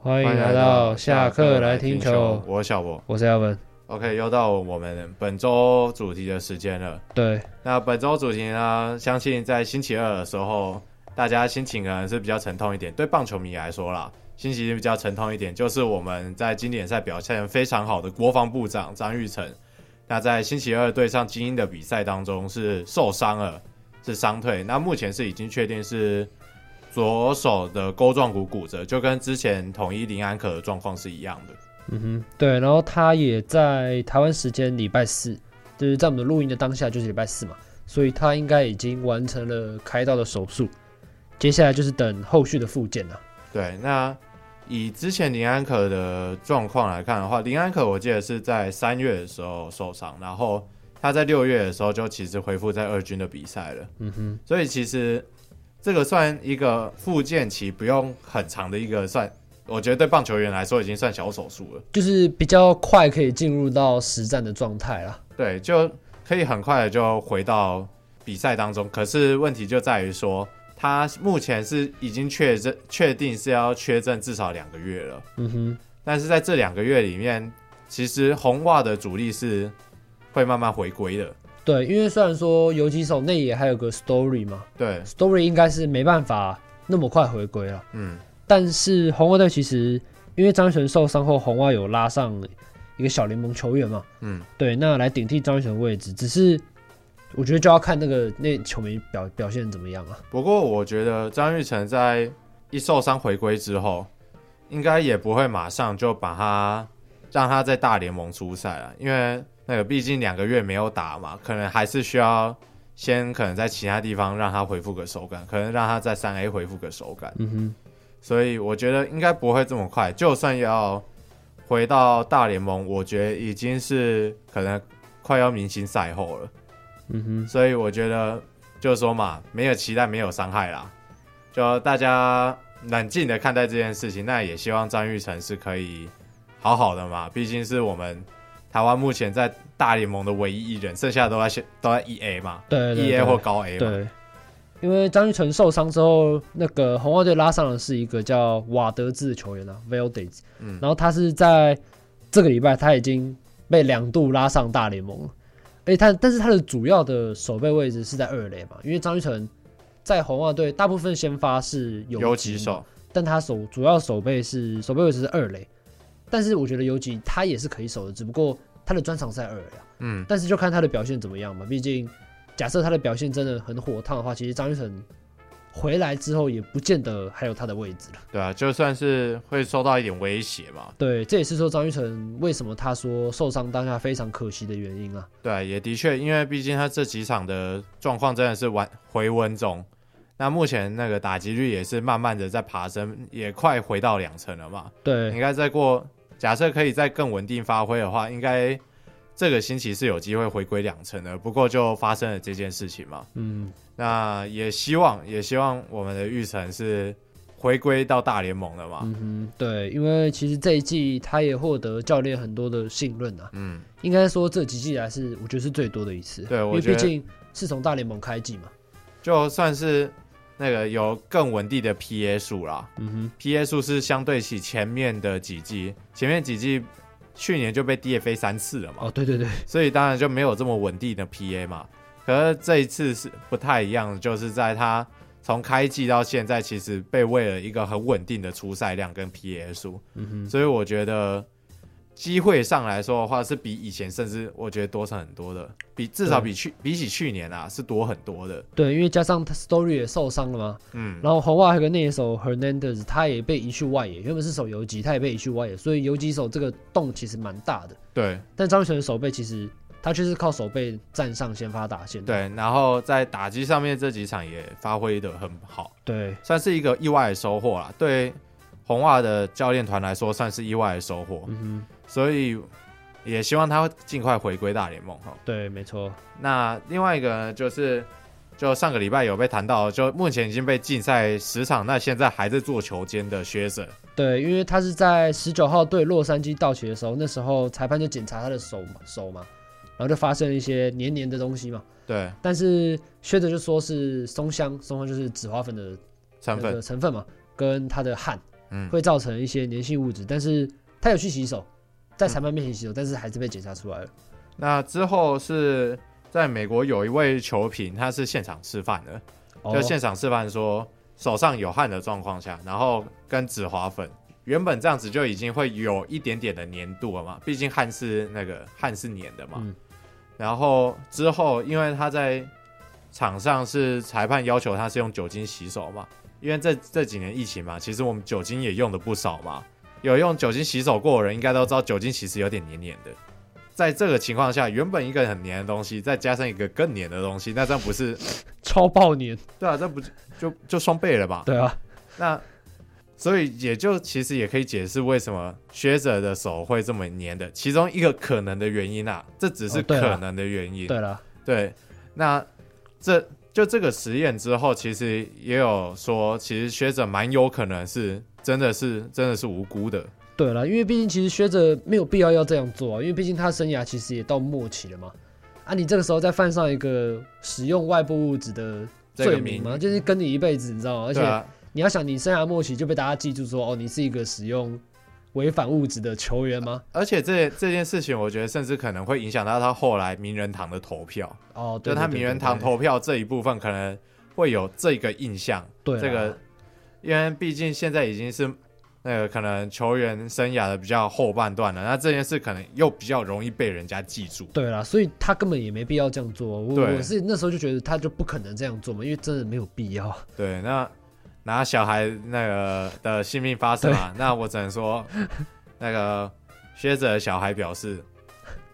欢迎来到下课来听球，我是小博。我是 a l v i n OK，又到我们本周主题的时间了。对，那本周主题呢，相信在星期二的时候，大家心情可能是比较沉痛一点。对棒球迷来说啦，心情比较沉痛一点，就是我们在经典赛表现非常好的国防部长张玉成，那在星期二对上精英的比赛当中是受伤了，是伤退。那目前是已经确定是左手的钩状骨骨折，就跟之前统一林安可的状况是一样的。嗯哼，对，然后他也在台湾时间礼拜四，就是在我们录音的当下就是礼拜四嘛，所以他应该已经完成了开刀的手术，接下来就是等后续的复健啊了。对，那以之前林安可的状况来看的话，林安可我记得是在三月的时候受伤，然后他在六月的时候就其实恢复在二军的比赛了，嗯哼，所以其实这个算一个复健期不用很长的一个算，我觉得对棒球员来说已经算小手术了，就是比较快可以进入到实战的状态啦。对，就可以很快的就回到比赛当中。可是问题就在于说，他目前是已经确诊确定是要缺阵至少两个月了。嗯哼，但是在这两个月里面，其实红袜的主力是会慢慢回归的。对，因为虽然说游击手内野还有个 Story 嘛对， ，Story 应该是没办法那么快回归了。嗯，但是红袜队其实因为张玉成受伤后，红袜有拉上一个小联盟球员嘛，嗯，对，那来顶替张玉成的位置，只是我觉得就要看那个那球迷表表现怎么样啊。不过我觉得张玉成在一受伤回归之后，应该也不会马上就把他让他在大联盟出赛了，因为那个毕竟两个月没有打嘛，可能还是需要先可能在其他地方让他恢复个手感，可能让他在三 A 恢复个手感。嗯哼，所以我觉得应该不会这么快。就算要回到大联盟，我觉得已经是可能快要明星赛后了。嗯哼，所以我觉得就是说嘛，没有期待，没有伤害啦，就大家冷静的看待这件事情。那也希望张玉成是可以好好的嘛，毕竟是我们台湾目前在大联盟的唯一一人，剩下的都在现都在 E A 嘛对对，E 对 A 或高 A 嘛。对，因为张玉成受伤之后，那个红袜队拉上的是一个叫瓦德兹的球员啊 v a l d e z 嗯然后他是在这个礼拜他已经被两度拉上大联盟了，而且他但是他的主要的守备位置是在二垒嘛，因为张玉成在红袜队大部分先发是游游击嘛手，但他守主要守备是守备位置是二垒，但是我觉得游击他也是可以守的，只不过他的专长是在二垒啊。嗯，但是就看他的表现怎么样嘛。毕竟，假设他的表现真的很火烫的话，其实张玉成回来之后也不见得还有他的位置了。对啊，就算是会受到一点威胁嘛，对，这也是说张玉成为什么他说受伤当下非常可惜的原因啊。对，也的确，因为毕竟他这几场的状况真的是完回温中，那目前那个打击率也是慢慢的在爬升，也快回到两成了嘛。应对，该再过，假设可以再更稳定发挥的话，应该这个星期是有机会回归两成的。不过就发生了这件事情嘛，嗯，那也希望也希望我们的玉成是回归到大联盟了嘛。嗯哼，对，因为其实这一季他也获得教练很多的信任啊。嗯，应该说这几季来是我觉得是最多的一次。对因我为觉毕得竟是从大联盟开季嘛。就算是那个有更稳定的 PA 数啦，嗯 PA 数是相对起前面的几季，前面几季去年就被 DFA 三次了哼，嘛哦，，对对对，所以当然就没有这么稳定的 PA 嘛。可是这一次是不太一样，就是在他从开季到现在，其实被喂了一个很稳定的出赛量跟 PA 数，嗯所以我觉得机会上来说的话，是比以前甚至我觉得多上很多的，比至少比去比起去年啊是多很多的。哼，对，因为加上他 Story 也受伤了嘛，嗯，然后红袜还有个内野手 Hernandez，他也被移去外野，原本是守游击，他也被移去外野，所以游击手这个洞其实蛮大的。对。但张玉成的守备其实他却是靠守备站上先发打线的。对，然后在打击上面这几场也发挥的很好，对算是一个意外的收获啦。对红袜的教练团来说，算是意外的收获，嗯所以也希望他尽快回归大联盟哈哼，。对，没错，那另外一个呢，就是就上个礼拜有被谈到，就目前已经被禁赛十场，那现在还在做球监的学者，对，因为他是在十九号对洛杉矶道奇的时候，那时候裁判就检查他的手嘛手嘛，然后就发现了一些黏黏的东西嘛，对但是薛德就说是松香，松香就是紫花粉的成那分个成分嘛，跟他的汗，嗯会造成一些粘性物质，但是他有去洗手，在裁判面前洗手，但是还是被检查出来了。那之后是在美国有一位球评，他是现场示范的，哦就现场示范说手上有汗的状况下，然后跟止滑粉，原本这样子就已经会有一点点的粘度了嘛，毕竟汗是那个汗是粘的嘛。嗯然后之后，因为他在场上是裁判要求他是用酒精洗手嘛，因为这这几年疫情嘛，其实我们酒精也用的不少嘛。有用酒精洗手过的人应该都知道，酒精其实有点黏黏的。在这个情况下，原本一个很黏的东西，再加上一个更黏的东西，那这样不是超爆粘，对啊，这不就就就双倍了吧？对啊，那所以也就其实也可以解释为什么学者的手会这么黏的，其中一个可能的原因啊，这只是哦对啊可能的原因。对了，对，那这就这个实验之后，其实也有说，其实学者蛮有可能是真的是真的是无辜的。对了，因为毕竟其实学者没有必要要这样做啊，因为毕竟他生涯其实也到末期了嘛。啊，你这个时候再犯上一个使用外部物质的这个罪名名嘛，就是跟你一辈子，你知道吗？而对且啊，你要想，你生涯末期就被大家记住说，哦，你是一个使用违反物质的球员吗？而且这这件事情，我觉得甚至可能会影响到他后来名人堂的投票，哦，对就对他对名对人堂对投票这一部分可能会有这个印象。对啊啦这个，因为毕竟现在已经是那个可能球员生涯的比较后半段了，那这件事可能又比较容易被人家记住。对啦，所以他根本也没必要这样做。啊我对我是那时候就觉得他就不可能这样做嘛，因为真的没有必要。对，那拿小孩那个的性命发誓嘛，那我只能说，那个学者的小孩表示，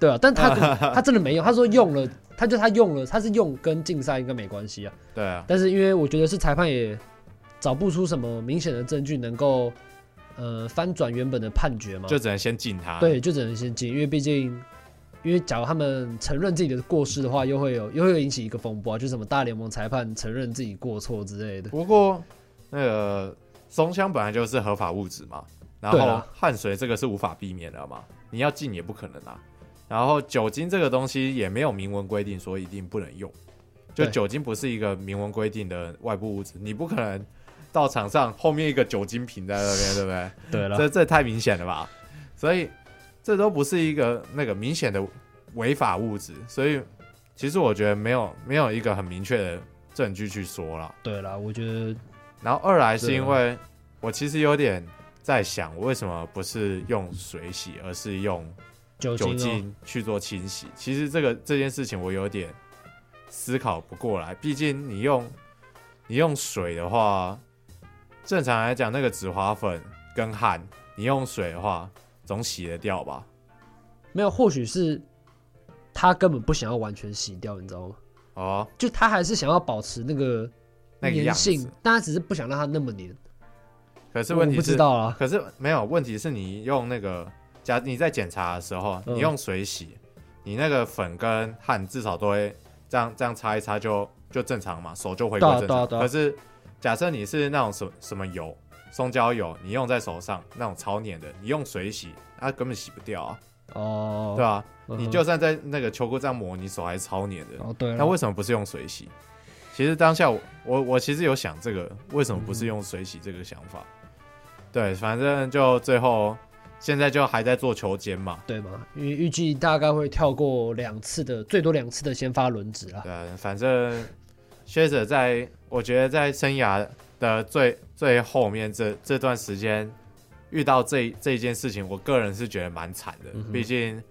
对啊，但他 他真的没有，他说用了，他就他用了，他是用跟竞赛应该没关系啊。对啊，但是因为我觉得是裁判也找不出什么明显的证据能够呃翻转原本的判决嘛，就只能先禁他。对，就只能先进，因为毕竟。因为假如他们承认自己的过失的话，又会有又会引起一个风波啊、就什么大联盟裁判承认自己过错之类的。不过那个松香本来就是合法物质嘛，然对后啊汗水这个是无法避免的嘛，你要禁也不可能啊。然后酒精这个东西也没有明文规定说一定不能用，就对酒精不是一个明文规定的外部物质，你不可能到场上后面一个酒精瓶在那边，对不 对？对了，这这太明显了吧？所以这都不是一个那个明显的违法物质，所以其实我觉得没有没有一个很明确的证据去说了。对了，我觉得然后二来是对啊因为我其实有点在想，我为什么不是用水洗，而是用酒精、酒哦、精去做清洗？其实这个这件事情我有点思考不过来，毕竟你用你用水的话，正常来讲那个止滑粉跟汗，你用水的话总洗得掉吧？没有，或许是他根本不想要完全洗掉，你知道吗？哦，就他还是想要保持那个那个粘样性子。，但他只是不想让它那么粘。可是我问题不知是，道啊，可是没有问题是你用那个，假你在检查的时候，嗯你用水洗，你那个粉跟汗至少都会这样这样擦一擦就就正常嘛，手就回对啊归正常。对啊对啊可是假设你是那种什什么油，松胶油，你用在手上那种超黏的，你用水洗，那、根本洗不掉啊，哦，对吧、嗯哼你就算在那个球裤这样磨，你手还是超黏的。哦对那了，为什么不是用水洗？其实当下我我我其实有想这个，为什么不嗯是用水洗这个想法？对，反正就最后现在就还在做球监嘛，对嘛，因为预计大概会跳过两次的，最多两次的先发轮值啦。对，反正薛者在我觉得在生涯的最最后面这这段时间遇到这这一件事情，我个人是觉得蛮惨的，嗯哼毕竟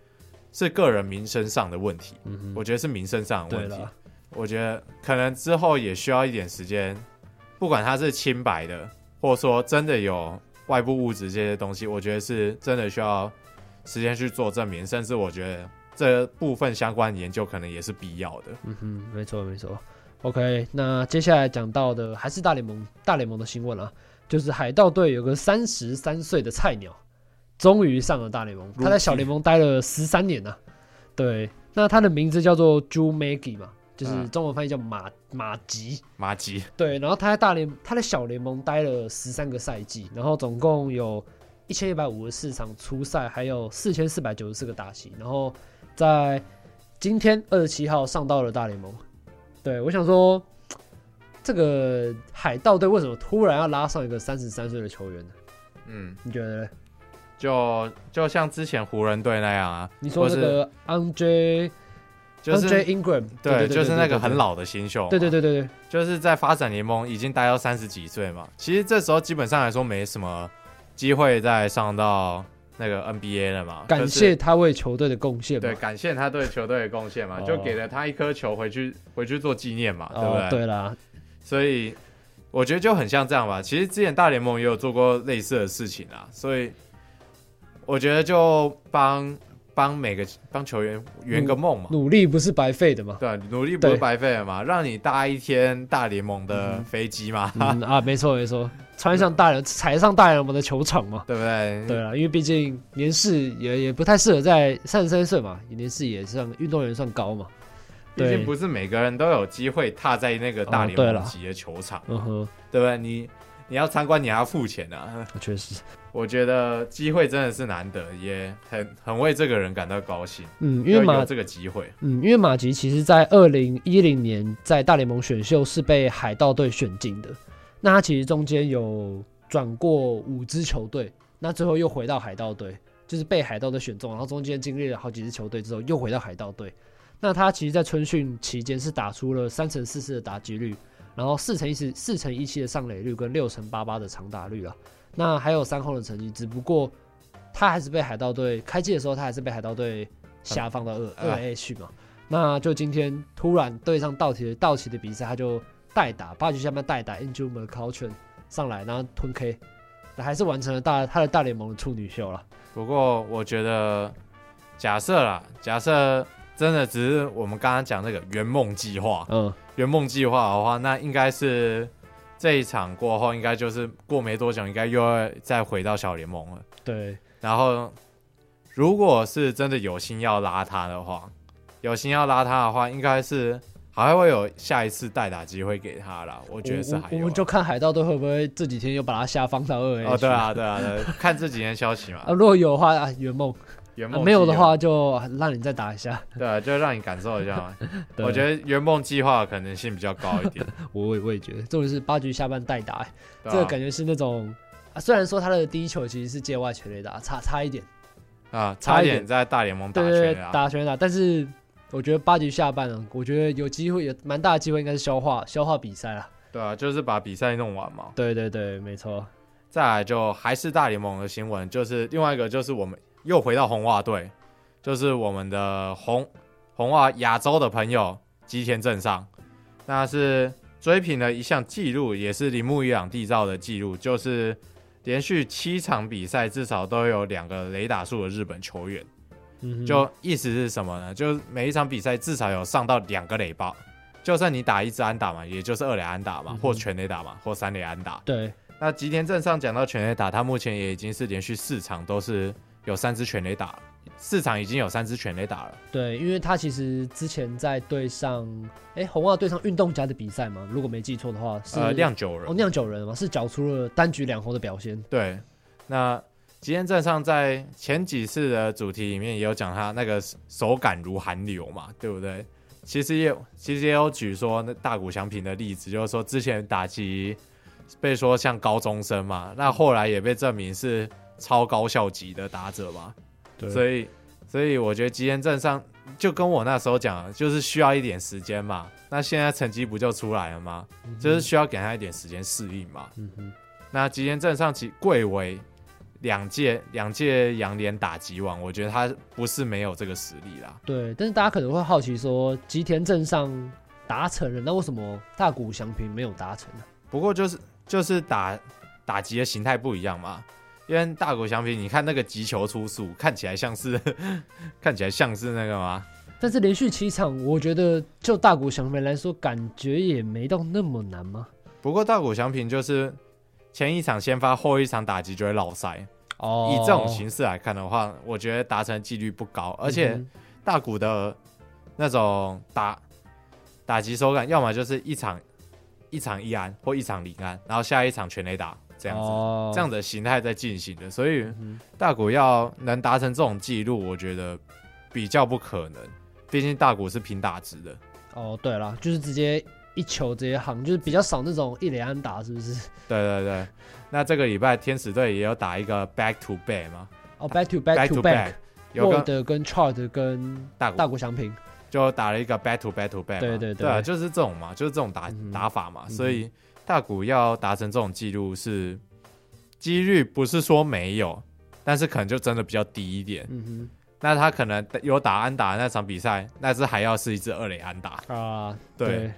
是个人民生上的问题，嗯哼，我觉得是民生上的对问题。了，我觉得可能之后也需要一点时间，不管他是清白的，或者说真的有外部物质这些东西，我觉得是真的需要时间去做证明，甚至我觉得这部分相关研究可能也是必要的。嗯哼，没错没错。OK，那接下来讲到的还是大联盟大联盟的新闻啊，就是海盗队有个三十三岁的菜鸟，终于上了大联盟。 Rookie 他在小联盟待嗯了十三年呢、啊对，那他的名字叫做 Drew Maggie 嘛，就是嗯中文翻译叫马马吉。马吉，对，然后他在大联他在小联盟待了十三个赛季，然后总共有一千一百五十四场初赛，还有四千四百九十四个打席，然后在今天二十七号上到了大联盟。对我想说，这个海盗队为什么突然要拉上一个三十三岁的球员呢？嗯，你觉得呢？就就像之前湖人队那样啊，你说那个 Andre 就是 Andre Ingram，对，对，就是那个很老。老的新秀，对对，对对对，就是在发展联盟已经待到三十几岁嘛，其实这时候基本上来说没什么机会再上到那个 NBA 了嘛，感就是谢他为球队的贡献嘛。对，感谢他对球队的贡献嘛，哦就给了他一颗球回去回去做纪念嘛，对不哦，对啦，所以我觉得就很像这样吧。其实之前大联盟也有做过类似的事情啊，所以我觉得就帮帮每个帮球员圆个梦嘛，努力不是白费的嘛。对，啊努力不是嗯对白费了嘛，让你搭一天大联盟的飞机嘛，嗯 啊，没错没错，穿上大人踩上大人们的球场嘛。对不对？对啊啦，因为毕竟年事也也不太适合在三十三岁嘛，年事也算运动员算高嘛。毕竟对不是每个人都有机会踏在那个大哦联对盟了级的球场，嗯哼，对不对？你你要参观，你还要付钱啊。 确实，我觉得机会真的是难得，也很很为这个人感到高兴，嗯，因因为为有马这个机会。嗯，因为马吉其实在二零一零年在大联盟选秀是被海盗队选进的，那他其实中间有转过五支球队，那最后又回到海盗队，就是被海盗队选中，然后中间经历了好几支球队之后又回到海盗队。那他其实，在春训期间是打出了三乘四四的打击率，然后四乘一十四乘一七的上垒率跟六乘八八的长打率啊，那还有三轰的成绩，只不过他还是被海盗队开季的时候，他还是被海盗队下放到二嗯二 A 去嘛。那就今天突然对上道奇的道奇的比赛，他就代打八局下半代打 i n j u m a c a u c h e n 上来，然后吞 K，那还是完成了大他的大联盟的处女秀了。不过我觉得，假设啦，假设真的只是我们刚刚讲那个圆梦计划，嗯，圆梦计划的话，那应该是这一场过后，应该就是过没多久，应该又要再回到小联盟了。对，然后，如果是真的有心要拉他的话，有心要拉他的话，应该是还会有下一次代打机会给他啦。我我觉得是还有啊、我们就看海盗队会不会这几天又把他下放到二 A。哦，对，啊，对啊，对啊，看这几天消息嘛啊，。如果有的话，啊圆梦；圆啊梦没有计的划，话，就让你再打一下。对啊，就让你感受一下嘛。 对 我觉得圆梦计划的可能性比较高一 点，我我也我也觉得，重点是八局下半代打、欸对这个啊感觉是那种、啊，虽然说他的第一球其实是界外全垒打，差差一点，啊，差差一点点在大联盟打对对拳对，啊。打全垒打，但是我觉得八局下半啊，我觉得有机会，有蛮大的机会，应该是消化消化比赛啦。对啊，就是把比赛弄完嘛。对对对，没错，再来就还是大联盟的新闻，就是另外一个就是我们又回到红袜队，就是我们的红红袜亚洲的朋友吉田镇上，那是追平了一项纪录，也是铃木一朗缔造的纪录，就是连续七场比赛至少都有两个雷打数的日本球员。嗯哼，就意思是什么呢？就是每一场比赛至少有上到两个垒包，就算你打一支安打嘛，也就是二垒安打嘛嗯，或哼全垒打嘛，或三垒安打。对，那吉田镇上讲到全垒打，他目前也已经是连续四场都是有三支全垒打了，四场已经有三支全垒打了。对，因为他其实之前在对上，哎，红袜对上运动家的比赛嘛，如果没记错的话，是呃，酿酒人，哦酿酒人嘛，是缴出了单局两红的表现。对。那吉田镇上在前几次的主题里面也有讲他那个手感如寒流嘛，对不对？其实也其实也有举说那大谷翔平的例子，就是说之前打击被说像高中生嘛，那后来也被证明是超高效级的打者嘛。对所以所以我觉得吉田镇上就跟我那时候讲，就是需要一点时间嘛。那现在成绩不就出来了吗？就是需要给他一点时间适应嘛。嗯哼，那吉田镇上其贵为两届两届洋联打击王，我觉得他不是没有这个实力啦。对，但是大家可能会好奇说，吉田镇上达成了，那为什么大谷翔平没有达成啊呢？不过就是就是打打击的形态不一样嘛。因为大谷翔平，你看那个击球出速，看起来像是 看起来像是那个吗？但是连续七场，我觉得就大谷翔平来说，感觉也没到那么难吗？不过大谷翔平就是前一场先发，后一场打击就会落塞。哦以这种形式来看的话，我觉得达成几率不嗯高，而且、大谷的那种打打击手感，要么就是一场一场一安或一场零安，然后下一场全垒打这样子，哦这样的形态在进行的。所以嗯大谷要能达成这种记录，我觉得比较不可能。毕竟大谷是拼打值的，哼哦，对了，就是直接一球直接夯，就是比较少那种一垒安打，是不是？对对对，那这个礼拜天使队也有打一个 back to back 嘛哦，back to back to to back，有跟 Ward 跟 Chart 跟大大谷谷翔平，就打了一个 back to back to back，嘛对对对啊，就是这种嘛，就是这种打、嗯哼打法嘛，哼所以大谷要达成这种记录是几率不是说没有，但是可能就真的比较低一点。嗯那他可能有打安打那场比赛，那只还要是一支二垒安打。哼啊，对，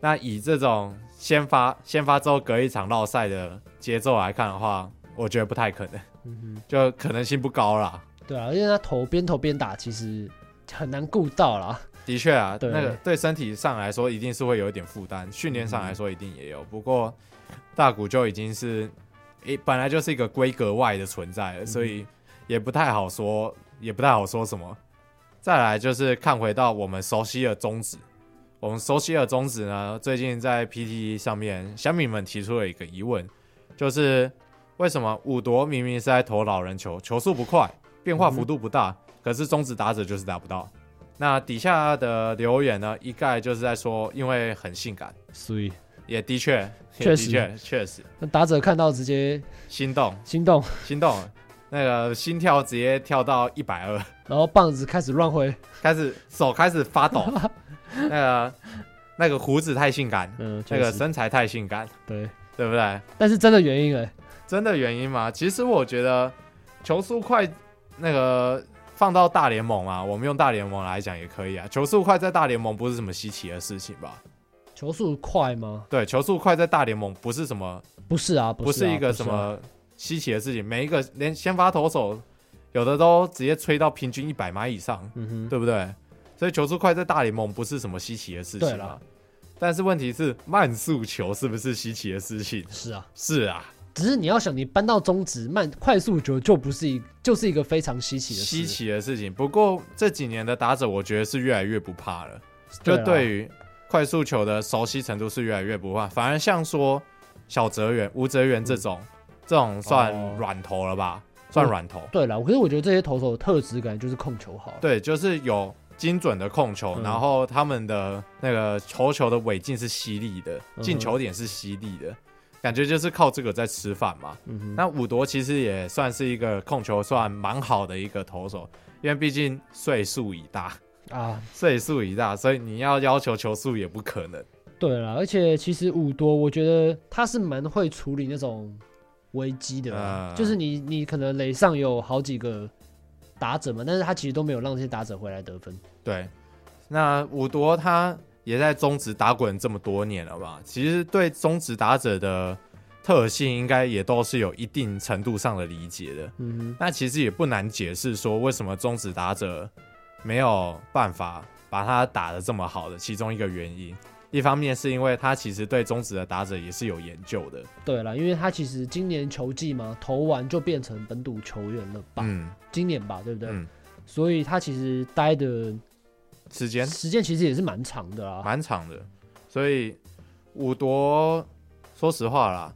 那以这种先发先发之后隔一场绕赛的节奏来看的话，我觉得不太可能，嗯就可能性不高啦。哼，对啊，因为他投边投边打，其实很难顾到啦。的确啊，对那个对身体上来说一定是会有一点负担，训练上来说一定也有。不过大谷就已经是，诶、本来就是一个规格外的存在了，所以也不太好说，也不太好说什么。再来就是看回到我们熟悉的宗旨，我们熟悉的宗旨呢，最近在 PT 上面，小米们提出了一个疑问，就是为什么五夺明明是在投老人球，球速不快，变化幅度不大，可是中指打者就是打不到？那底下的留言呢，一概就是在说，因为很性感，所以也的确，也确的实确，确实那打者看到直接心动，心动，心动了，那个心跳直接跳到一百二，然后棒子开始乱挥，开始手开始发抖，那个那个胡子太性感，嗯，那 确个实身材太性感，对，对不对？但是真的原因哎，真的原因吗？其实我觉得球速快，那个放到大联盟啊，我们用大联盟来讲也可以啊。球速快在大联盟不是什么稀奇的事情吧？球速快吗？对，球速快在大联盟不是什么，不是啊，不是啊一个什，不啊么稀奇的事情。每一个连先发投手，有的都直接吹到平均一百码以上，嗯哼，对不对？所以球速快在大联盟不是什么稀奇的事对情啊啦。但是问题是，慢速球是不是稀奇的事情？是啊，是啊，只是你要想，你搬到中职慢快速球就不是一就是一个非常稀奇的事稀，奇的事情。不过这几年的打者，我觉得是越来越不怕了，就啊对于快速球的熟悉程度是越来越不怕。反而像说小泽圆、吴泽圆这种，这种算嗯哦软投了吧？算软投。对了，可是我觉得这些投手的特质感就是控球好，对，就是有精准的控球，嗯然后他们的那个投球的尾劲是犀利的，嗯进球点是犀利的，感觉就是靠这个在吃饭嘛。嗯哼，那五夺其实也算是一个控球算蛮好的一个投手，因为毕竟岁数已大，啊，岁数已大，所以你要要求球速也不可能。对了，而且其实五多，我觉得他是蛮会处理那种危机的啦，嗯就是你你可能垒上有好几个打者嘛，但是他其实都没有让这些打者回来得分，对，那五夺他也在中职打滚这么多年了吧？其实对中职打者的特性应该也都是有一定程度上的理解的。嗯那其实也不难解释说为什么中职打者没有办法把他打得这么好的其中一个原因。一方面是因为他其实对中职的打者也是有研究的，哼，对了，因为他其实今年球季嘛，投完就变成本土球员了吧，嗯今年吧，对不对？嗯，所以他其实待的时间啊时间其实也是蛮长的啦，蛮长的，所以五夺，说实话啦，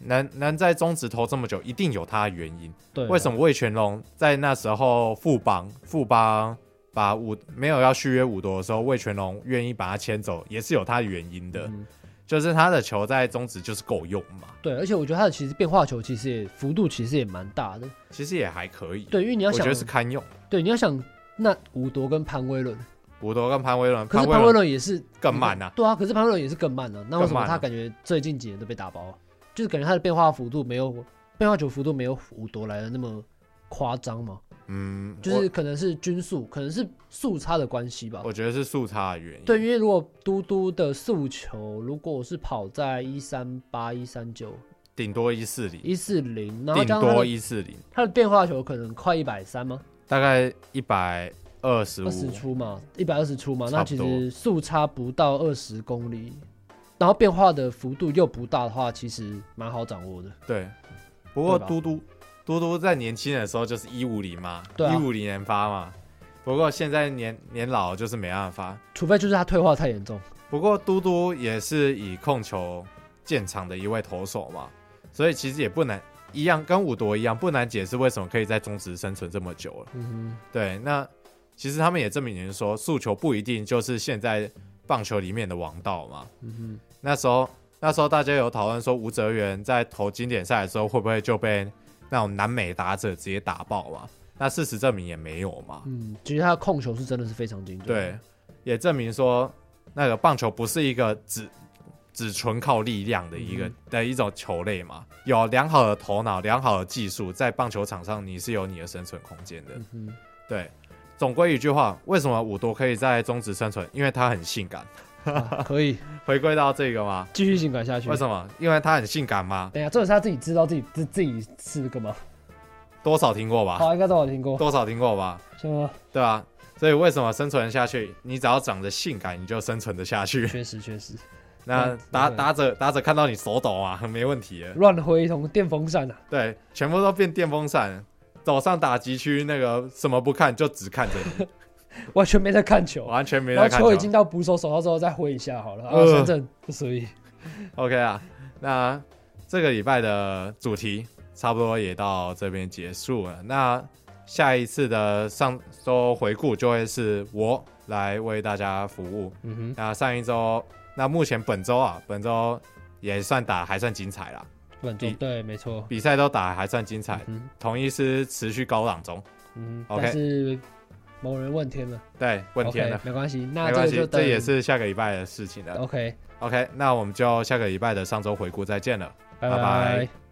能能在中职投这么久，一定有他的原因。对，啊为什？么魏全龙在那时候副帮副帮把五没有要续约五夺的时候，魏全龙愿意把他签走，也是有他的原因的，嗯就是他的球在中职就是够用嘛，对，而且我觉得他的其实变化球其实也幅度其实也蛮大的，其实也还可以。对，因为你要我想觉得，是堪用。对，你要想那吴铎跟潘威伦，五夺跟潘威伦，可是潘威威伦伦也是更慢呐、对啊，可是潘威伦也是更慢啊，那为什更慢么啊他感觉最近几年都被打包、啊？就是感觉他的变化幅度没有变化球幅度没有吴铎来的那么夸张嘛？嗯，就是可能是均速，可能是速差的关系吧我。我觉得是速差的原因。对，因为如果嘟嘟的速球，如果是跑在一三八、一三九、顶多一四零，一四零，然后顶加上他多的一四零。他的变化球可能快一百三吗？大概一百二十二十五，出嘛，一百二十出嘛，差那不其多实速差不到二十公里，然后变化的幅度又不大的话，其实蛮好掌握的。对。不过对吧嘟嘟嘟嘟在年轻的时候就是一五零嘛，对啊一五零研发嘛。不过现在年年老就是没办法。除非就是他退化太严重，不过嘟嘟也是以控球见长的一位投手嘛，所以其实也不难，一样跟五夺一样，不难解释为什么可以在中职生存这么久了。嗯对，那其实他们也证明说，诉求不一定就是现在棒球里面的王道嘛。嗯哼，那时候那时候大家有讨论说，吴哲源在投经典赛的时候会不会就被那种南美打者直接打爆嘛？那事实证明也没有嘛。嗯，其实他的控球是真的是非常精准。对，也证明说那个棒球不是一个只只纯靠力量的一个、的一种球类嘛。有良好的头脑、良好的技术，在棒球场上你是有你的生存空间的。嗯哼，对，总归一句话，为什么五多可以在中职生存？因为他很性感。啊可以回归到这个嘛，继续性感下去为。什么？因为他很性感嘛，等一下，这是他自己知道自己自自己是个嘛？多少听过吧，好，应该都有听过，多少听过吧，是吗？对啊。所以为什么生存下去？你只要长得性感，你就生存得下去。 确实确实，那嗯打对打者打者看到你手抖啊， 没问题的。乱挥一通电风扇啊， 对，全部都变电风扇，走上打击区那个什么不看，就只看着 你，完全没在看球。完全啊没然在后看球已经球。到捕手手上之后再挥一下好了，啊，呃深圳不所以 OK 啊，那这个礼拜的主题差不多也到这边结束了。那下一次的上周回顾就会是我来为大家服务。嗯哼，那上一周，那目前本周啊，本周也算打还算精彩啦，稳比住，对，没错，比赛都打还算精彩，嗯同一师持续高档中。嗯，哎 OK 但是某人问天了，对，问天了 OK，没关系，那没这关个系就，这等也是下个礼拜的事情了。 OK， OK，那我们就下个礼拜的上周回顾再见了。拜拜拜拜。